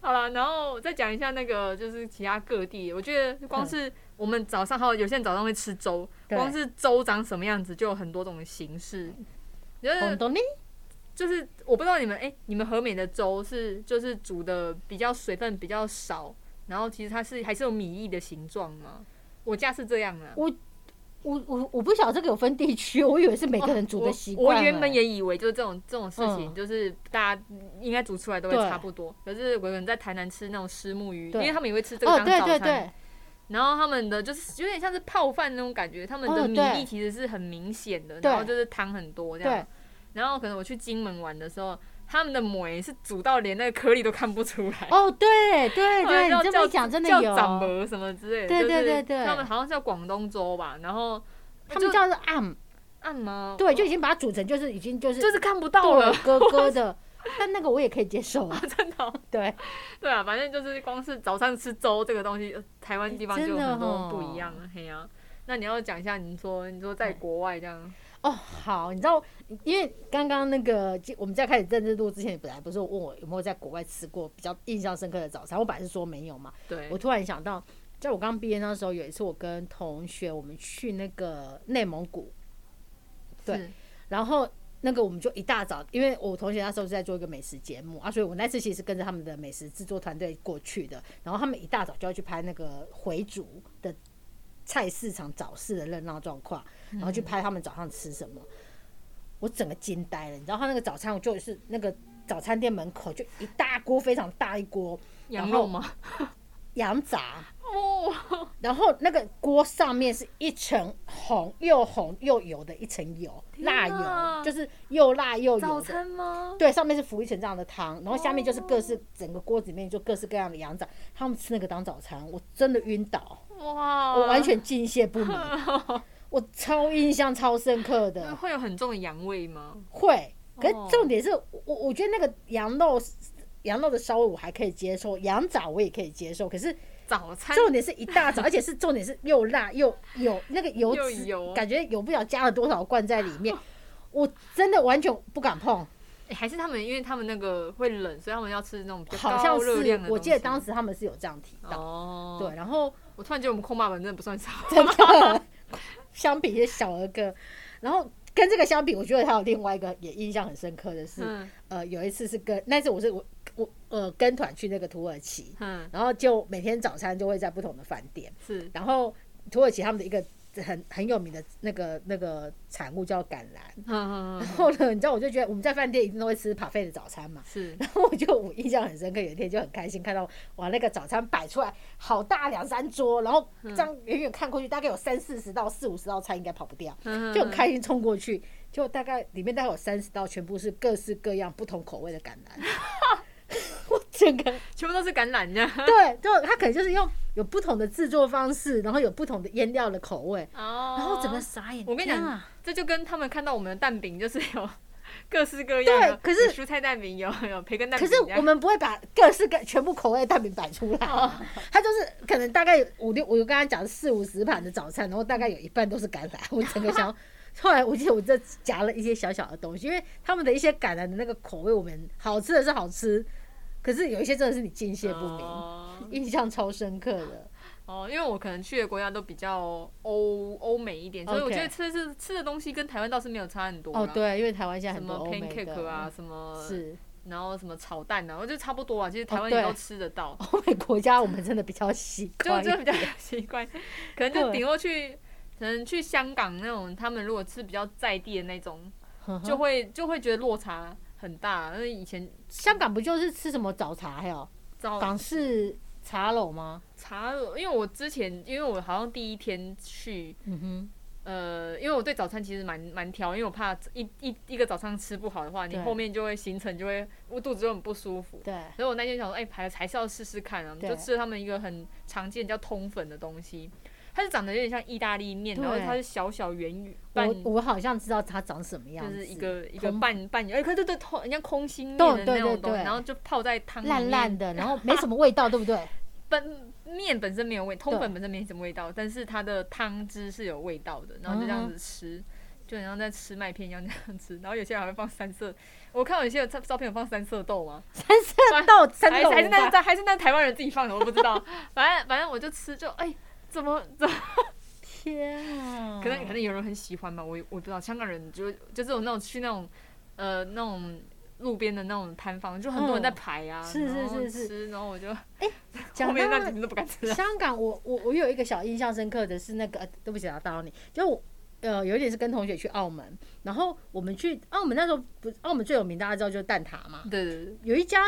Speaker 3: 好了，然后再讲一下那个就是其他各地，我觉得光是我们早上还有有些人早上会吃粥，
Speaker 2: 嗯对
Speaker 3: 光是粥长什么样子就有很多种形式。就
Speaker 2: 红
Speaker 3: 是
Speaker 2: 豆泥
Speaker 3: 就是我不知道你们哎、你们和美的粥是就是煮的比较水分比较少，然后其实它是还是有米粒的形状吗？我家是这样啊，
Speaker 2: 我我我不晓得这个有分地区， [LAUGHS] 我以为是每个人煮的习惯、
Speaker 3: 哦我。我原本
Speaker 2: 哎
Speaker 3: 也以为就是这种这种事情，
Speaker 2: 嗯
Speaker 3: 就是大家应该煮出来都会
Speaker 2: 对
Speaker 3: 差不多。可是我可能在台南吃那种虱目鱼，因
Speaker 2: 对
Speaker 3: 为他们也会吃这个
Speaker 2: 哦，
Speaker 3: 当
Speaker 2: 对
Speaker 3: 早餐。
Speaker 2: 对对，
Speaker 3: 然后他们的就是有点像是泡饭那种感觉，他们
Speaker 2: 哦
Speaker 3: 的米
Speaker 2: 对
Speaker 3: 粒其实是很明显的，
Speaker 2: 对
Speaker 3: 然后就是汤很多这样
Speaker 2: 对。
Speaker 3: 然后可能我去金门玩的时候，他们的馍是煮到连那个颗粒都看不出来。
Speaker 2: 哦，对对
Speaker 3: 后来
Speaker 2: 对，
Speaker 3: [LAUGHS] 哎叫
Speaker 2: 你这么一讲真的
Speaker 3: 叫
Speaker 2: 有，
Speaker 3: 长馍什么之类的，
Speaker 2: 对对对
Speaker 3: 就是
Speaker 2: 对
Speaker 3: 他们好像是叫广东粥吧，然后
Speaker 2: 他们
Speaker 3: 就
Speaker 2: 叫做暗，
Speaker 3: 按吗？
Speaker 2: 对，就已经把它煮成就是已经就是
Speaker 3: 就是看不到
Speaker 2: 剁
Speaker 3: 了
Speaker 2: 了，哥哥的，但那个我也可以接受啊，
Speaker 3: [LAUGHS] 真的哦、
Speaker 2: 对，
Speaker 3: 对啊，反正就是光是早上吃粥这个东西，呃台湾地方
Speaker 2: 哎
Speaker 3: 就有
Speaker 2: 真的
Speaker 3: 很多
Speaker 2: 哦
Speaker 3: 不一样了，嘿呀、那你要讲一下，你说你说在
Speaker 2: 哎
Speaker 3: 国外这样，
Speaker 2: 哦，好，你知道，因为刚刚那个我们在开始正式录之前，你本来不是问我有没有在国外吃过比较印象深刻的早餐，我本来是说没有嘛。
Speaker 3: 对
Speaker 2: 我，突然想到，在我刚毕业那时候，有一次我跟同学我们去那个内蒙古，对
Speaker 3: 是，
Speaker 2: 然后那个我们就一大早，因为我同学那时候是在做一个美食节目啊，所以我那次其实是跟着他们的美食制作团队过去的，然后他们一大早就要去拍那个回族的菜市场早市的热闹状况，然后去拍他们早上吃什么。我整个惊呆了，你知道他那个早餐，我就是那个早餐店门口就一大锅非常大一锅
Speaker 3: 羊
Speaker 2: 然后
Speaker 3: 肉吗？
Speaker 2: 羊杂，
Speaker 3: 哦，
Speaker 2: 然后那个锅上面是一层红又红又油的一层油，
Speaker 3: 天
Speaker 2: 辣
Speaker 3: 哪
Speaker 2: 油，就是又辣又
Speaker 3: 早
Speaker 2: 油的。
Speaker 3: 餐吗？
Speaker 2: 对，上面是浮一层这样的汤，然后下面就是各式整个锅子里面就各式各样的羊杂，他们吃那个当早餐，我真的晕倒，
Speaker 3: 哇，
Speaker 2: 我完全敬谢不
Speaker 3: [LAUGHS]
Speaker 2: 能，我超印象超深刻的。
Speaker 3: 会有很重的羊味吗？
Speaker 2: 会，可是
Speaker 3: 哦
Speaker 2: 重点是我我我觉得那个羊肉羊肉的烧味我还可以接受，羊杂我也可以接受，可是
Speaker 3: 早餐
Speaker 2: 重点是一大
Speaker 3: [LAUGHS]
Speaker 2: 早，而且是重点是又辣又有那个油
Speaker 3: 又
Speaker 2: 脂，
Speaker 3: 油
Speaker 2: 感觉有不晓得加了多少罐在里
Speaker 3: [LAUGHS]
Speaker 2: 面，我真的完全不敢碰。
Speaker 3: 诶还是他们，因为他们那个会冷，所以他们要吃那种比较
Speaker 2: 好像
Speaker 3: 高热量
Speaker 2: 是
Speaker 3: 的东西。
Speaker 2: 我记得当时他们是有这样提到，
Speaker 3: 哦，
Speaker 2: 对，，然后
Speaker 3: 我突然觉得我们空霸本真的不算少，
Speaker 2: 真的相比一些小儿歌，然后跟这个相比，我觉得还有另外一个也印象很深刻的是，
Speaker 3: 嗯
Speaker 2: 呃，有一次是跟那次我是我我呃跟团去那个土耳其，
Speaker 3: 嗯，
Speaker 2: 然后就每天早餐就会在不同的饭店。
Speaker 3: 是
Speaker 2: 然后土耳其他们的一个很很有名的那个那个产物叫橄榄。
Speaker 3: 嗯嗯嗯
Speaker 2: 然后呢，你知道我就觉得我们在饭店一定都会吃 buffet 的早餐嘛， [LAUGHS]
Speaker 3: 是嗯
Speaker 2: 然后我就我印象很深刻，有一天就很开心看到哇那个早餐摆出来好大两三桌，然后这样远远看过去大概有三四十道四五十道菜应该跑不掉，
Speaker 3: 嗯
Speaker 2: [LAUGHS] 就很开心冲过去，结果大概里面大概有三十道全部是各式各样不同口味的橄榄，我整个
Speaker 3: 全部都是橄榄这样。
Speaker 2: 对，就它可能就是用有不同的制作方式，然后有不同的腌料的口味，
Speaker 3: 哦
Speaker 2: 然后整个傻眼，
Speaker 3: 我跟你讲
Speaker 2: 天啊
Speaker 3: 这就跟他们看到我们的蛋饼就是有 [LAUGHS] 各式各样
Speaker 2: 对
Speaker 3: 的，
Speaker 2: 可是
Speaker 3: 有蔬菜蛋饼有有培根蛋
Speaker 2: 可
Speaker 3: 饼
Speaker 2: 是
Speaker 3: 这样，
Speaker 2: 我们不会把各式各全部口味的蛋饼摆出来 [LAUGHS]
Speaker 3: 哦
Speaker 2: 啊，它就是可能大概有五六，我刚才讲的四五十盘的早餐，然后大概有一半都是橄榄，我整个想要。 [LAUGHS] 后来我记得我这夹了一些小小的东西，因为他们的一些橄榄的那个口味，我们好吃的是好吃，可是有一些真的是你境界不明，
Speaker 3: 哦
Speaker 2: 印象超深刻的。
Speaker 3: 哦，因为我可能去的国家都比较欧欧美一点，所以我
Speaker 2: OK
Speaker 3: 觉得吃吃吃的东西跟台湾倒是没有差很多啦。
Speaker 2: 哦，对，因为台湾现在很
Speaker 3: 什
Speaker 2: 多
Speaker 3: 么
Speaker 2: [LAUGHS] 欧美
Speaker 3: pancake
Speaker 2: 的
Speaker 3: 啊，，什么，
Speaker 2: 是
Speaker 3: 然后什么炒蛋啊，我觉得差不多啊。其实台
Speaker 2: 哦
Speaker 3: 湾也
Speaker 2: 对
Speaker 3: 都吃得到，
Speaker 2: 欧美国家我们真的比较习
Speaker 3: 就
Speaker 2: 惯一
Speaker 3: 就
Speaker 2: 点，
Speaker 3: 比较奇
Speaker 2: [LAUGHS]
Speaker 3: 怪，可能就
Speaker 2: 对
Speaker 3: 顶多去，可能去香港那种，他们如果吃比较在地的那种，
Speaker 2: 呵呵
Speaker 3: 就会就会觉得落差很大。因为以前
Speaker 2: 香港不就是吃什么早茶还有？
Speaker 3: 早
Speaker 2: 港式茶楼吗？
Speaker 3: 茶，因为我之前因为我好像第一天去，
Speaker 2: 嗯哼，
Speaker 3: 呃，因为我对早餐其实蛮蛮挑，因为我怕一一一个早上吃不好的话，你
Speaker 2: 对
Speaker 3: 后面就会行程就会我肚子就很不舒服。
Speaker 2: 对，
Speaker 3: 所以我那天想说，哎、还还是要试试看啊，
Speaker 2: 对
Speaker 3: 就吃了他们一个很常见叫通粉的东西，它是长得有点像意大利面，然后
Speaker 2: 对
Speaker 3: 它是小小圆圆半，
Speaker 2: 我
Speaker 3: 就
Speaker 2: 我好像知道它长什么样子，
Speaker 3: 是一个一个
Speaker 2: 红
Speaker 3: 半半圆，哎、可对对通，人家空心面的
Speaker 2: 对
Speaker 3: 那种
Speaker 2: 对
Speaker 3: 东西，
Speaker 2: 对
Speaker 3: 然后就泡在汤里面
Speaker 2: 烂烂的，然后没什么味道，对不
Speaker 3: [LAUGHS]
Speaker 2: 对？
Speaker 3: 本面本身没有味，通
Speaker 2: 对
Speaker 3: 粉本身没什么味道，但是它的汤汁是有味道的，然后就
Speaker 2: 嗯
Speaker 3: 这样子吃，就很像在吃麦片一样这样吃。然后有些人还会放三色，我看到有些人照照片有放三色豆吗？
Speaker 2: 三色豆，三
Speaker 3: 还是
Speaker 2: 豆
Speaker 3: 还是那
Speaker 2: 腐吧
Speaker 3: 在还是那台湾人自己放的，我不知道。反正反正我就吃就哎、怎么怎么？
Speaker 2: 天啊！
Speaker 3: 可能可能有人很喜欢吧，我也我不知道。香港人就就是有那种去那种呃那种路边的那种摊贩，就很多人在
Speaker 2: 嗯
Speaker 3: 排啊，
Speaker 2: 是是
Speaker 3: 然后
Speaker 2: 是是
Speaker 3: 吃，然后我就后
Speaker 2: 讲
Speaker 3: 面那
Speaker 2: 到
Speaker 3: 几天都不敢吃了。
Speaker 2: 香港我，我我有一个小印象深刻的是那个，呃、对不起啊，打扰你，就我呃有一点是跟同学去澳门，然后我们去澳门那时候不，澳门最有名大家知道就是蛋挞嘛，
Speaker 3: 对对对。
Speaker 2: 有一家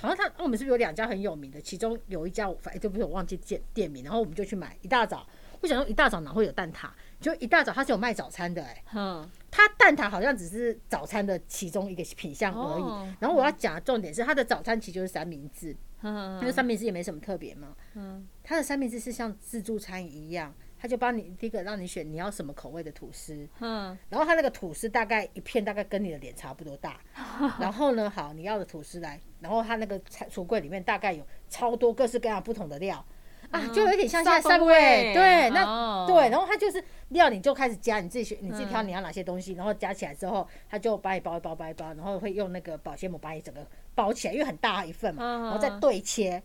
Speaker 2: 好像它澳门是不是有两家很有名的？其中有一家我反正就不是我忘记店店名，然后我们就去买。一大早，我想说一大早哪会有蛋挞？就一大早它是有卖早餐的、哎，
Speaker 3: 嗯，
Speaker 2: 它蛋挞好像只是早餐的其中一个品项而已。
Speaker 3: 哦
Speaker 2: 然后我要讲的重点是，它的早餐其实就是三明治，因为
Speaker 3: 嗯
Speaker 2: 三明治也没什么特别嘛。
Speaker 3: 嗯，
Speaker 2: 它的三明治是像自助餐一样，它就帮你第一个让你选你要什么口味的吐司，
Speaker 3: 嗯
Speaker 2: 然后它那个吐司大概一片大概跟你的脸差不多大，然后呢，好，你要的吐司来，然后它那个菜橱柜里面大概有超多各式各样不同的料啊，
Speaker 3: 嗯
Speaker 2: 就有点像现在
Speaker 3: Subway
Speaker 2: 三味，对，那、
Speaker 3: 哦
Speaker 2: 对，然后它就是料你就开始加，你自己选，你自己挑
Speaker 3: 嗯
Speaker 2: 你要哪些东西，然后加起来之后，它就把你包一包包一包，然后会用那个保鲜膜把你整个包起来，因为很大一份嘛，
Speaker 3: 嗯
Speaker 2: 然后再对切，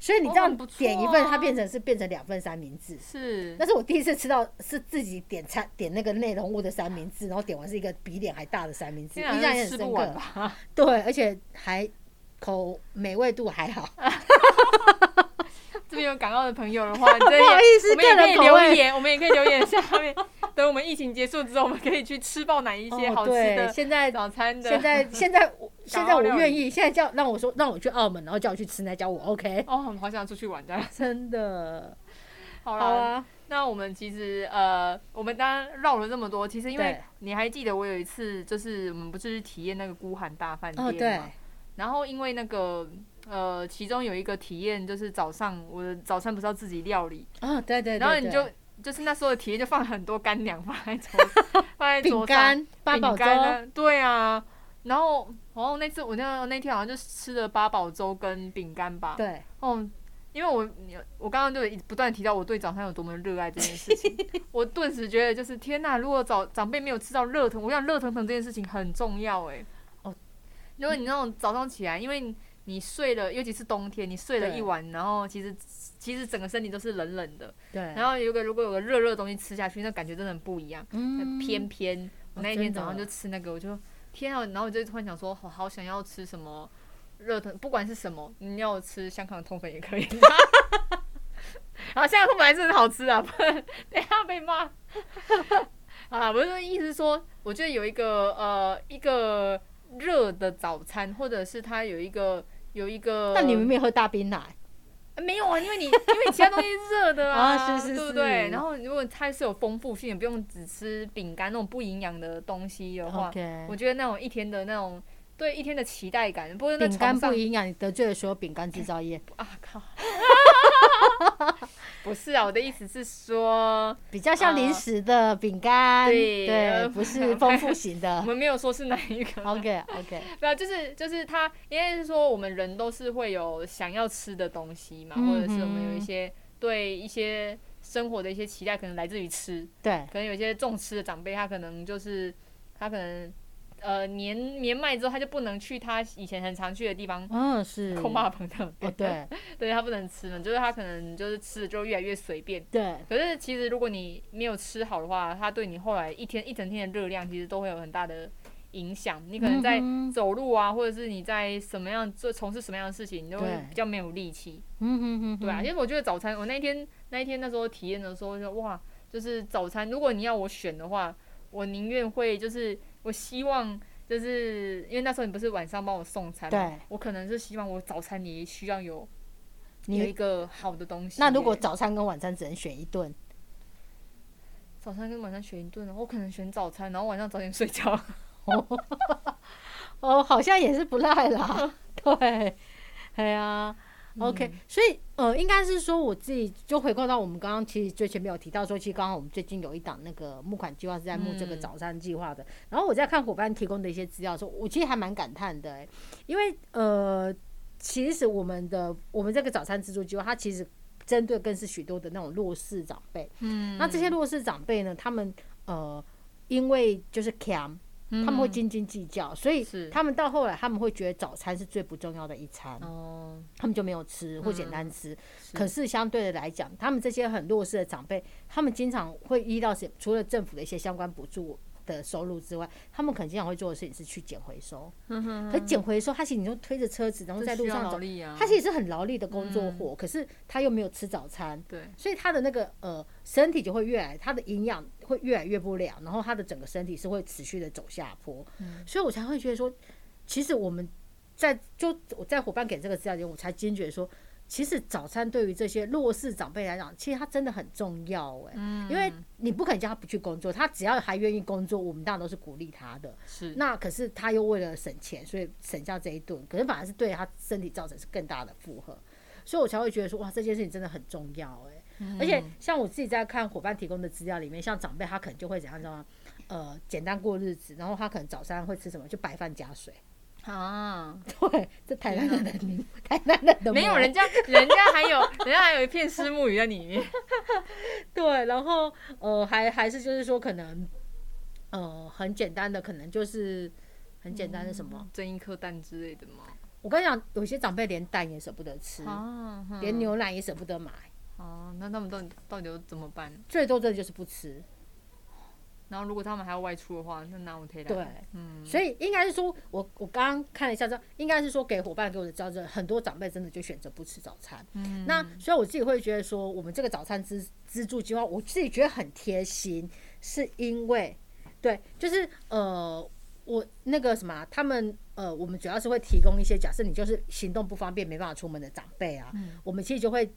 Speaker 2: 所以你
Speaker 3: 哦
Speaker 2: 这样
Speaker 3: 很不错
Speaker 2: 点一份，
Speaker 3: 啊
Speaker 2: 它变成是变成两份三明治，
Speaker 3: 是
Speaker 2: 那是我第一次吃到是自己点餐点那个内容物的三明治，然后点完是一个比脸还大的三明治，
Speaker 3: 天啊
Speaker 2: 印象也很
Speaker 3: 吃不
Speaker 2: 深
Speaker 3: 完
Speaker 2: 刻。
Speaker 3: 吧？ [LAUGHS]
Speaker 2: 对，而且还口美味度还好。
Speaker 3: 这边有港澳的朋友的
Speaker 2: [LAUGHS]
Speaker 3: 话，不
Speaker 2: 不好意思
Speaker 3: 我们也
Speaker 2: 个
Speaker 3: 可
Speaker 2: 人
Speaker 3: 以
Speaker 2: 口
Speaker 3: 留
Speaker 2: 味
Speaker 3: 言，我们也可以留言下面。 [LAUGHS] 等我们疫情结束之后，我们可以去吃爆哪 [LAUGHS] 一些
Speaker 2: 哦
Speaker 3: 好吃
Speaker 2: 对
Speaker 3: 的
Speaker 2: 现在
Speaker 3: 早餐的。
Speaker 2: 现
Speaker 3: [LAUGHS]
Speaker 2: 在现在我现在我
Speaker 3: 料理
Speaker 2: 愿意，现在叫让我说让我去澳门，然后叫我去吃那家，我 OK。
Speaker 3: [LAUGHS] 哦，我们好想出去玩的。
Speaker 2: 真的，
Speaker 3: 好
Speaker 2: [LAUGHS] 好
Speaker 3: 啦，
Speaker 2: 啊，
Speaker 3: 那我们其实呃，我们刚刚绕了这么多，其实因为
Speaker 2: 对
Speaker 3: 你还记得我有一次，就是我们不是去体验那个孤寒大饭店吗？
Speaker 2: 哦对，
Speaker 3: 然后因为那个呃，其中有一个体验就是早上我的早餐不是要自己料理，
Speaker 2: 哦对对对，
Speaker 3: 然后你
Speaker 2: 对
Speaker 3: 就就是那时候的体验就放很多干粮放在
Speaker 2: [LAUGHS]
Speaker 3: 桌 [LAUGHS] 放在
Speaker 2: 饼
Speaker 3: 桌上，
Speaker 2: 干八宝
Speaker 3: 饼
Speaker 2: 粥，
Speaker 3: 干啊，对啊。然后，然后那次我那那天好像就吃了八宝粥跟饼干吧。
Speaker 2: 对，
Speaker 3: 哦，因为我我刚刚就一直不断提到我对早餐有多么热爱这件
Speaker 2: [LAUGHS]
Speaker 3: 事情，我顿时觉得就是天呐，如果早长辈没有吃到热腾，我想热腾腾这件事情很重要哎、
Speaker 2: 哦，
Speaker 3: 如果你那种早上起来，因为你睡了，尤其是冬天，你睡了
Speaker 2: 对
Speaker 3: 一晚，然后其实其实整个身体都是冷冷的，
Speaker 2: 对，
Speaker 3: 然后有个如果有个热热的东西吃下去，那感觉真的很不一样。
Speaker 2: 嗯
Speaker 3: 偏偏我
Speaker 2: 哦
Speaker 3: 那一
Speaker 2: 真
Speaker 3: 天
Speaker 2: 的
Speaker 3: 早上就吃那个，我就天啊！然后我就突然想说，我好想要吃什么热腾，不管是什么，你要我吃香港通粉 [LAUGHS] 啊 [LAUGHS] 也可以。然后香港通粉还是很好吃啊，不然等一下被骂。 [LAUGHS] 好啦，我是意思是说，我觉得有一个呃一个热的早餐，或者是它有一个有一个，
Speaker 2: 但你明明喝大冰奶，
Speaker 3: 啊没有啊，因为你因为其他东西是热
Speaker 2: [LAUGHS]
Speaker 3: 的
Speaker 2: 啊是是
Speaker 3: 对不
Speaker 2: 是
Speaker 3: 对？然后如果它是有丰富性，也不用只吃饼干那种不营养的东西的话
Speaker 2: OK
Speaker 3: 我觉得那种一天的那种对一天的期待感，不是那
Speaker 2: 饼
Speaker 3: 床
Speaker 2: 干不
Speaker 3: 上
Speaker 2: 营养，你得罪了所有饼干制造业，
Speaker 3: 啊靠， [LAUGHS] 不是啊，我的意思是说，
Speaker 2: 比较像零食的饼干，
Speaker 3: 啊对
Speaker 2: 对，
Speaker 3: 呃
Speaker 2: 不是
Speaker 3: [LAUGHS]
Speaker 2: 丰富型的
Speaker 3: 我。们没有说是哪一个啊
Speaker 2: OK OK，
Speaker 3: 没有，就是就是他，应该是说我们人都是会有想要吃的东西嘛，或者是我们有
Speaker 2: 嗯哼
Speaker 3: 一些对一些生活的一些期待，可能来自于吃，
Speaker 2: 对，
Speaker 3: 可能有一些重吃的长辈，他可能就是他可能呃年年迈之后，他就不能去他以前很常去的地方。
Speaker 2: 嗯是，
Speaker 3: [LAUGHS] 空巴朋友，
Speaker 2: 哦对
Speaker 3: 对他不能吃了，就是他可能就是吃的就越来越随便。
Speaker 2: 对，
Speaker 3: 可是其实如果你没有吃好的话，它对你后来一天一整天的热量其实都会有很大的影响。你可能在
Speaker 2: 嗯哼
Speaker 3: 走路啊，或者是你在什么样做从事什么样的事情，你都会
Speaker 2: 对
Speaker 3: 比较没有力气。
Speaker 2: 嗯哼哼，
Speaker 3: 对啊，因
Speaker 2: 哼
Speaker 3: 为我觉得早餐，我那一天那一天那时候体验的时候就哇，就是早餐，如果你要我选的话，我宁愿会就是我希望。就是因为那时候你不是晚上帮我送餐吗，
Speaker 2: 对
Speaker 3: 我可能是希望我早餐也需要有有一
Speaker 2: 你
Speaker 3: 个好的东西耶。
Speaker 2: 那如果早餐跟晚餐只能选一顿，
Speaker 3: 早餐跟晚上选一顿，然后我可能选早餐，然后晚上早点睡觉。 [LAUGHS]
Speaker 2: 哦，好像也是不赖啦。对，哎呀，OK，、所以呃，应该是说我自己就回扣到我们刚刚其实最前面有提到说，其实刚刚我们最近有一档那个募款计划是在募这个
Speaker 3: 嗯
Speaker 2: 早餐计划的。然后我在看伙伴提供的一些资料的时候，我其实还蛮感叹的、欸，因为呃，其实我们的我们这个早餐自助计划，它其实针对更是许多的那种弱势长辈。
Speaker 3: 嗯
Speaker 2: 那这些弱势长辈呢，他们呃，因为就是强，他们会斤斤计较，所以
Speaker 3: 嗯是
Speaker 2: 他们到后来他们会觉得早餐是最不重要的一餐，
Speaker 3: 哦，
Speaker 2: 他们就没有吃或简单吃。
Speaker 3: 是
Speaker 2: 可是相对的来讲，他们这些很弱势的长辈，他们经常会依到是除了政府的一些相关补助。的收入之外，他们可能经常会做的事情是去捡回收。
Speaker 3: 嗯
Speaker 2: 可捡回收，他其实你就推着车子，然后在路上走，
Speaker 3: 他
Speaker 2: 他其实是很劳力的工
Speaker 3: 嗯
Speaker 2: 作活，可是他又没有吃早餐，
Speaker 3: 对
Speaker 2: 所以他的那个呃身体就会越来，他的营养会越来越不良，然后他的整个身体是会持续的走下坡，所以我才会觉得说，其实我们在就我在伙伴给这个资料里面，我才惊觉说，其实早餐对于这些弱势长辈来讲，其实它真的很重要
Speaker 3: 嗯
Speaker 2: 哎、因为你不可能叫他不去工作，他只要还愿意工作，我们当然都是鼓励他的。
Speaker 3: 是
Speaker 2: 那可是他又为了省钱，所以省下这一顿，可是反而是对他身体造成是更大的负荷，所以我才会觉得说，哇，这件事情真的很重要哎、而
Speaker 3: 嗯
Speaker 2: 且像我自己在看伙伴提供的资料里面，像长辈他可能就会怎样，你知道吗？呃，简单过日子，然后他可能早餐会吃什么，就白饭加水。 [LAUGHS]
Speaker 3: 啊，
Speaker 2: 对，这台南人的名，台南人的
Speaker 3: 没有
Speaker 2: 魔
Speaker 3: 人家，人家还有，人家还有一片虱目鱼在里面。
Speaker 2: 对，然后呃，还还是就是说可能呃很简单的，可能就是很简单的什么，
Speaker 3: 蒸一颗蛋之类的吗？
Speaker 2: 我跟你讲，有些长辈连蛋也舍不得吃，
Speaker 3: 啊，
Speaker 2: 嗯
Speaker 3: 哼
Speaker 2: 连牛奶也舍不得买，
Speaker 3: 哦，那他们到底到底要怎么办？
Speaker 2: 最多真的就是不吃。
Speaker 3: 然后如果他们还要外出的话，那拿我推来。
Speaker 2: 对，
Speaker 3: 嗯，
Speaker 2: 所以应该是说，我我刚刚看了一下，这应该是说给伙伴给我的教证，很多长辈真的就选择不吃早餐。
Speaker 3: 嗯
Speaker 2: 那所以我自己会觉得说，我们这个早餐资资助计划，我自己觉得很贴心，是因为对，就是呃，我那个什么啊、他们呃，我们主要是会提供一些，假设你就是行动不方便没办法出门的长辈啊，
Speaker 3: 嗯
Speaker 2: 我们其实就会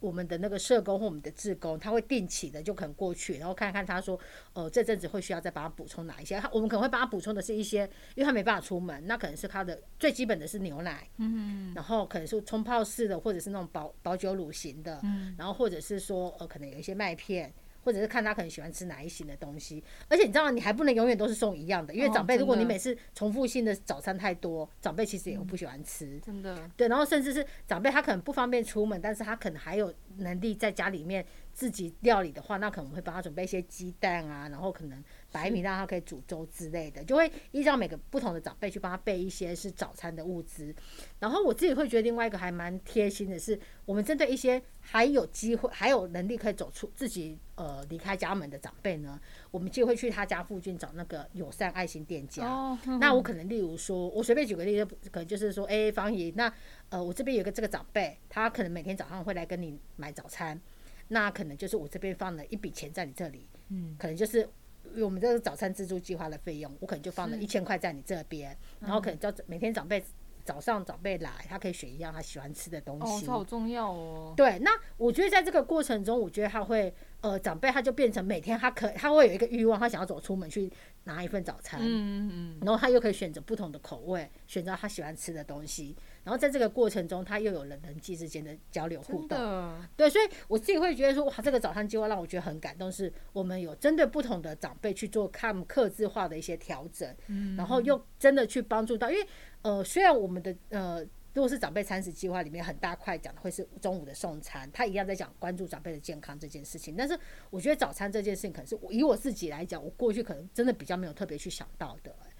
Speaker 2: 我们的那个社工或我们的志工，他会定期的就可能过去，然后看看他说，呃，这阵子会需要再帮他补充哪一些。他我们可能会帮他补充的是一些，因为他没办法出门，那可能是他的最基本的是牛奶，嗯，然后可能是冲泡式的，或者是那种保保酒乳型的，嗯，然后或者是说呃，可能有一些麦片。或者是看他可能喜欢吃哪一型的东西，而且你知道，你还不能永远都是送一样的，因为
Speaker 3: 哦
Speaker 2: 长辈
Speaker 3: 真
Speaker 2: 如果你
Speaker 3: 的
Speaker 2: 每次重复性的早餐太多，长辈其实也会不喜欢吃。
Speaker 3: 真的，
Speaker 2: 对，然后甚至是长辈他可能不方便出门，但是他可能还有能力在家里面自己料理的话，那可能会帮他准备一些鸡蛋啊，然后可能白米让他可以煮粥之类的，就会依照每个不同的长辈去帮他备一些是早餐的物资。然后我自己会觉得另外一个还蛮贴心的是，我们针对一些还有机会、还有能力可以走出自己呃离开家门的长辈呢，我们就会去他家附近找那个友善爱心店家。
Speaker 3: 哦，
Speaker 2: 那我可能例如说，我随便举个例子，可能就是说，哎、方怡，那呃，我这边有一个这个长辈，他可能每天早上会来跟你买早餐。那可能就是我这边放了一笔钱在你这里，
Speaker 3: 嗯，
Speaker 2: 可能就是我们这个早餐自助计划的费用，我可能就放了
Speaker 3: 是嗯
Speaker 2: 一千块在你这边，然后可能叫每天长辈早上长辈来，他可以选一样他喜欢吃的东
Speaker 3: 哦，
Speaker 2: 西。
Speaker 3: 这好重要哦。
Speaker 2: 对，那我觉得在这个过程中，我觉得他会呃，长辈他就变成每天他可他会有一个欲望，他想要走出门去拿一份早餐，
Speaker 3: 嗯嗯嗯，
Speaker 2: 然后他又可以选择不同的口味，选择他喜欢吃的东西，然后在这个过程中，他又有了人际之间的交流互
Speaker 3: 真
Speaker 2: 动。
Speaker 3: 的，
Speaker 2: 对，所以我自己会觉得说，哇，这个早餐计划让我觉得很感动，是我们有针对不同的长辈去做看刻字化的一些调整，
Speaker 3: 嗯
Speaker 2: 然后又真的去帮助到，因为呃，虽然我们的呃，如果是长辈餐食计划里面很大块讲的会是呃中午的送餐，他一样在讲关注长辈的健康这件事情，但是我觉得早餐这件事情，可能是我以我自己来讲，我过去可能真的比较没有特别去想到的、欸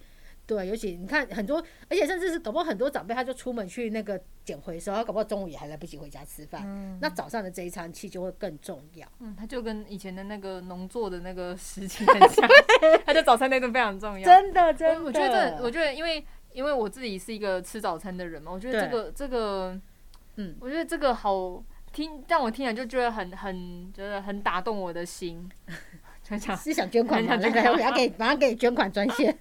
Speaker 2: 对，尤其你看很多，而且甚至是搞不好很多长辈他就出门去那个捡回收，他搞不好中午也还来不及回家吃饭，那早上的这一餐气就会更重要。
Speaker 3: 嗯，它就跟以前的那个农作的那个时期很像， [LAUGHS] 它的早餐那顿非常重要。
Speaker 2: 真的，真的，
Speaker 3: 我我觉得这，我觉得因为因为我自己是一个吃早餐的人嘛，我觉得这
Speaker 2: 对
Speaker 3: 个这个，
Speaker 2: 嗯
Speaker 3: 我觉得这个好听，让我听了就觉得很很觉得很打动我的心， [LAUGHS]
Speaker 2: [LAUGHS]
Speaker 3: 就这样。
Speaker 2: 是想捐款吗？
Speaker 3: [LAUGHS] 很
Speaker 2: 来
Speaker 3: 想捐
Speaker 2: 来，
Speaker 3: 款
Speaker 2: 我要给马上给你捐款专
Speaker 3: [LAUGHS]
Speaker 2: 线。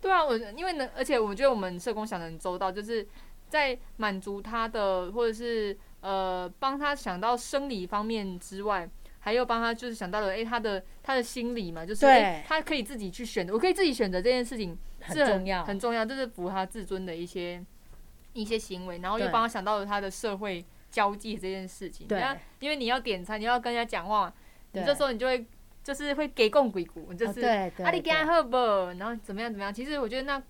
Speaker 3: 对啊，我因为呢，而且我觉得我们社工想的很周到，就是在满足他的，或者是呃帮他想到生理方面之外，还有帮他就是想到了，诶，他的他的心理嘛，就是、
Speaker 2: 对
Speaker 3: 诶他可以自己去选择，我可以自己选择这件事情
Speaker 2: 很
Speaker 3: 是
Speaker 2: 重要
Speaker 3: 很重要，就是符合他自尊的一些一些行为，然后又
Speaker 2: 对
Speaker 3: 帮他想到了他的社会交际这件事情。
Speaker 2: 对
Speaker 3: 那因为你要点餐，你要跟人家讲话，你
Speaker 2: 对
Speaker 3: 这时候你就会就是会给供鬼谷，你就
Speaker 2: 哦
Speaker 3: 是、
Speaker 2: 对对，
Speaker 3: 啊，你给他
Speaker 2: 对
Speaker 3: 喝不？然后怎么样怎么样？其实我觉得那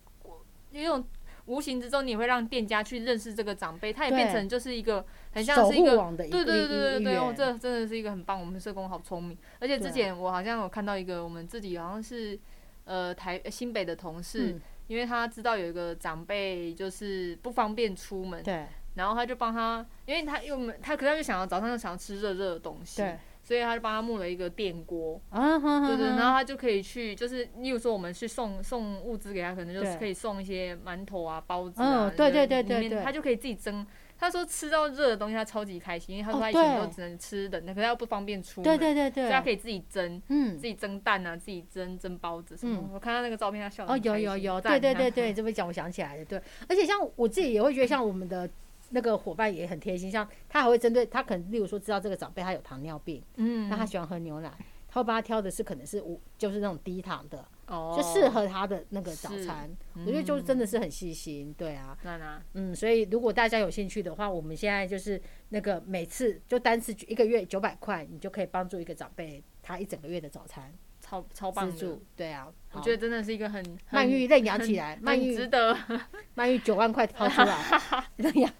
Speaker 3: 有一种无形之中，你会让店家去认识这个长辈，他也
Speaker 2: 对
Speaker 3: 变成就是一个很像
Speaker 2: 守
Speaker 3: 是一
Speaker 2: 护
Speaker 3: 个。
Speaker 2: 网的一
Speaker 3: 对对对对对
Speaker 2: 一
Speaker 3: 对，
Speaker 2: 一
Speaker 3: 哦
Speaker 2: 员，
Speaker 3: 这真的是一个很棒，我们社工好聪明。而且
Speaker 2: 对
Speaker 3: 之前我好像有看到一个我们自己好像是呃台新北的同事，
Speaker 2: 嗯
Speaker 3: 因为他知道有一个长辈就是不方便出门，
Speaker 2: 对
Speaker 3: 然后他就帮他，因为他又没他可是他就想要早上就想要吃热热的东西，
Speaker 2: 对
Speaker 3: 所以他就帮他募了一个电锅，
Speaker 2: 啊，
Speaker 3: 对
Speaker 2: 对
Speaker 3: 对，然后他就可以去，就是例如说我们去送送物资给他，可能就是
Speaker 2: 对
Speaker 3: 可以送一些馒头啊、包子啊，
Speaker 2: 嗯对对
Speaker 3: 就是
Speaker 2: 对对
Speaker 3: 里面
Speaker 2: 对
Speaker 3: 他就可以自己蒸。他说吃到热的东西他超级开心，因为他说
Speaker 2: 哦
Speaker 3: 他以前
Speaker 2: 对
Speaker 3: 都只能吃冷的，可是他不方便出
Speaker 2: 对
Speaker 3: 门，
Speaker 2: 对对
Speaker 3: 所以他可
Speaker 2: 对，
Speaker 3: 以自己蒸，
Speaker 2: 嗯
Speaker 3: 自，己蒸蛋啊，自己蒸蒸包子什么。
Speaker 2: 嗯
Speaker 3: 我看他那个照片，他笑得
Speaker 2: 哦，
Speaker 3: 很
Speaker 2: 有
Speaker 3: 开心
Speaker 2: 有有，
Speaker 3: 赞
Speaker 2: 对
Speaker 3: 啊
Speaker 2: 对对对，这么一讲我想起来了，对，而且像我自己也会觉得，像我们的那个伙伴也很贴心，像他还会针对他，可能例如说知道这个长辈他有糖尿病，
Speaker 3: 嗯，
Speaker 2: 那他喜欢喝牛奶，他会帮他挑的是可能是无就是那种低糖的，
Speaker 3: 哦
Speaker 2: 就适合他的那个早
Speaker 3: 是嗯
Speaker 2: 餐，我觉得就真的是很细心，对啊，
Speaker 3: 娜娜，
Speaker 2: 嗯，所以如果大家有兴趣的话，我们现在就是那个每次就单次一个月九百块，你就可以帮助一个长辈他一整个月的早餐
Speaker 3: 超超棒
Speaker 2: 资
Speaker 3: 的
Speaker 2: 助。。对啊，
Speaker 3: 我
Speaker 2: 好
Speaker 3: 觉得真的是一个很
Speaker 2: 曼玉认养起来，曼
Speaker 3: 蛮
Speaker 2: 玉
Speaker 3: 值得， [LAUGHS]
Speaker 2: 曼玉九万块掏出来认养，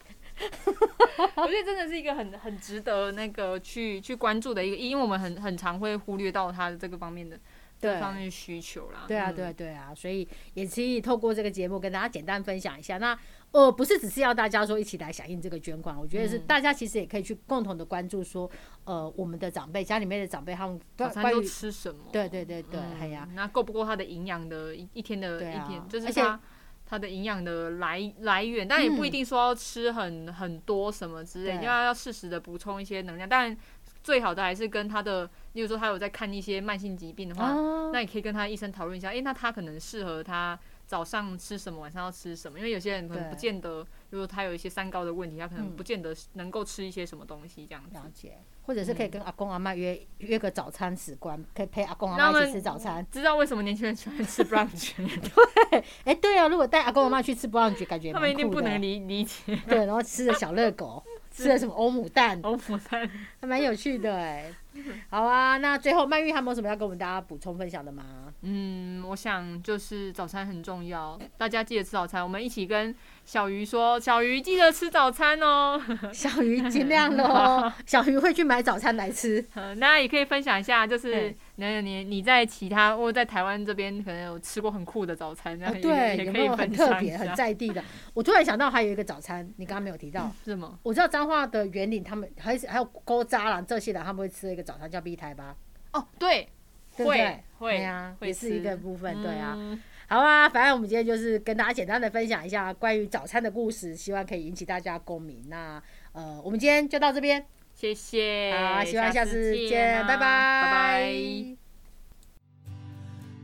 Speaker 3: 我觉得真的是一个很很值得那个去去关注的一个，因为我们很很常会忽略到他的这个方面的
Speaker 2: 对
Speaker 3: 这方面的需求啦。
Speaker 2: 对啊，
Speaker 3: 嗯
Speaker 2: 对啊，对啊，所以也可以透过这个节目跟大家简单分响一下。那呃，不是只是要大家说一起来响应这个捐款，我觉得是
Speaker 3: 嗯
Speaker 2: 大家其实也可以去共同的关注说，呃，我们的长辈家里面的长辈他们
Speaker 3: 早
Speaker 2: 关
Speaker 3: 餐
Speaker 2: 关
Speaker 3: 都
Speaker 2: 于
Speaker 3: 吃什么？
Speaker 2: 对对对对，
Speaker 3: 嗯
Speaker 2: 哎呀，
Speaker 3: 那够不够他的营养的一一天的
Speaker 2: 对
Speaker 3: 一
Speaker 2: 啊
Speaker 3: 天，就是
Speaker 2: 而且
Speaker 3: 他他的营养的来来源，但也不一定说要吃很很多什么之类，
Speaker 2: 对
Speaker 3: 要要适时的补充一些能量。当然，最好的还是跟他的，例如说他有在看一些慢性疾病的话，
Speaker 2: 啊，
Speaker 3: 那也可以跟他医生讨论一下，诶，那他可能适合他早上吃什么，晚上要吃什么，因为有些人可能
Speaker 2: 对
Speaker 3: 不见得，如果他有一些三高的问题，他可能
Speaker 2: 嗯哦
Speaker 3: 不见得能够吃一些什么东西这样子。
Speaker 2: 了解，或者是
Speaker 3: 嗯
Speaker 2: 可以跟阿公阿妈约、约个早餐时光，可以陪阿公
Speaker 3: 那
Speaker 2: 阿
Speaker 3: 我
Speaker 2: 妈一
Speaker 3: 们
Speaker 2: 起吃早餐。
Speaker 3: 知道为什么年轻人喜欢吃 brunch，
Speaker 2: 哎、对啊，如果带阿公阿妈去吃 brunch，感觉
Speaker 3: 他们一
Speaker 2: 蛮
Speaker 3: 定
Speaker 2: 酷
Speaker 3: 不
Speaker 2: 的
Speaker 3: 能
Speaker 2: 欸。
Speaker 3: 理理解
Speaker 2: [LAUGHS] 对，然后吃着小热
Speaker 3: [LAUGHS]
Speaker 2: 狗，吃着什么欧姆蛋，
Speaker 3: 欧姆蛋。
Speaker 2: 还蛮有趣的
Speaker 3: [LAUGHS]
Speaker 2: 哎、好啊，那最后曼玉还有没有什么要跟我们大家补充分享的
Speaker 3: [LAUGHS]
Speaker 2: 吗？
Speaker 3: 嗯，我想就是早餐很重要，大家记得吃早餐。我们一起跟小鱼说，小鱼记得吃早餐哦。 [LAUGHS]
Speaker 2: 小鱼尽量喽，小鱼会去买早餐来
Speaker 3: [LAUGHS]
Speaker 2: 吃。
Speaker 3: 呃，那也可以分享一下，就是
Speaker 2: 嗯
Speaker 3: 那你你在其他或者在台湾这边可能有吃过很酷的早餐，然
Speaker 2: 啊
Speaker 3: 后、也
Speaker 2: 对，
Speaker 3: 也
Speaker 2: 有
Speaker 3: 可
Speaker 2: 没
Speaker 3: 以
Speaker 2: 有很
Speaker 3: 分
Speaker 2: 特
Speaker 3: 享一
Speaker 2: 别、很
Speaker 3: 下，
Speaker 2: 在地的？我突然想到还有一个早餐，你刚刚没有提到，
Speaker 3: 是吗？
Speaker 2: 我知道彰化的园林，他们还是还有勾渣啦这些的，他们会吃的一个早餐叫 B 台吧，
Speaker 3: 哦，对，
Speaker 2: 对不对
Speaker 3: 会？
Speaker 2: 对
Speaker 3: 会
Speaker 2: 呀、
Speaker 3: 会
Speaker 2: 也是一个
Speaker 3: 吃
Speaker 2: 部分，对啊。
Speaker 3: 嗯
Speaker 2: 好啊，反正我们今天就是跟大家简单的分享一下关于早餐的故事，希望可以引起大家共鸣。那呃，我们今天就到这边，
Speaker 3: 谢谢，
Speaker 2: 好，希望下次见，
Speaker 3: 哎见啊，
Speaker 2: 拜
Speaker 3: 拜拜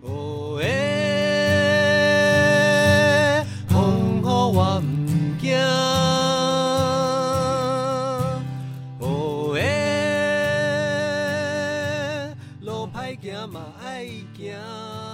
Speaker 2: 拜
Speaker 1: 哦耶，风雨我毋惊。哦耶，路歹行嘛爱行。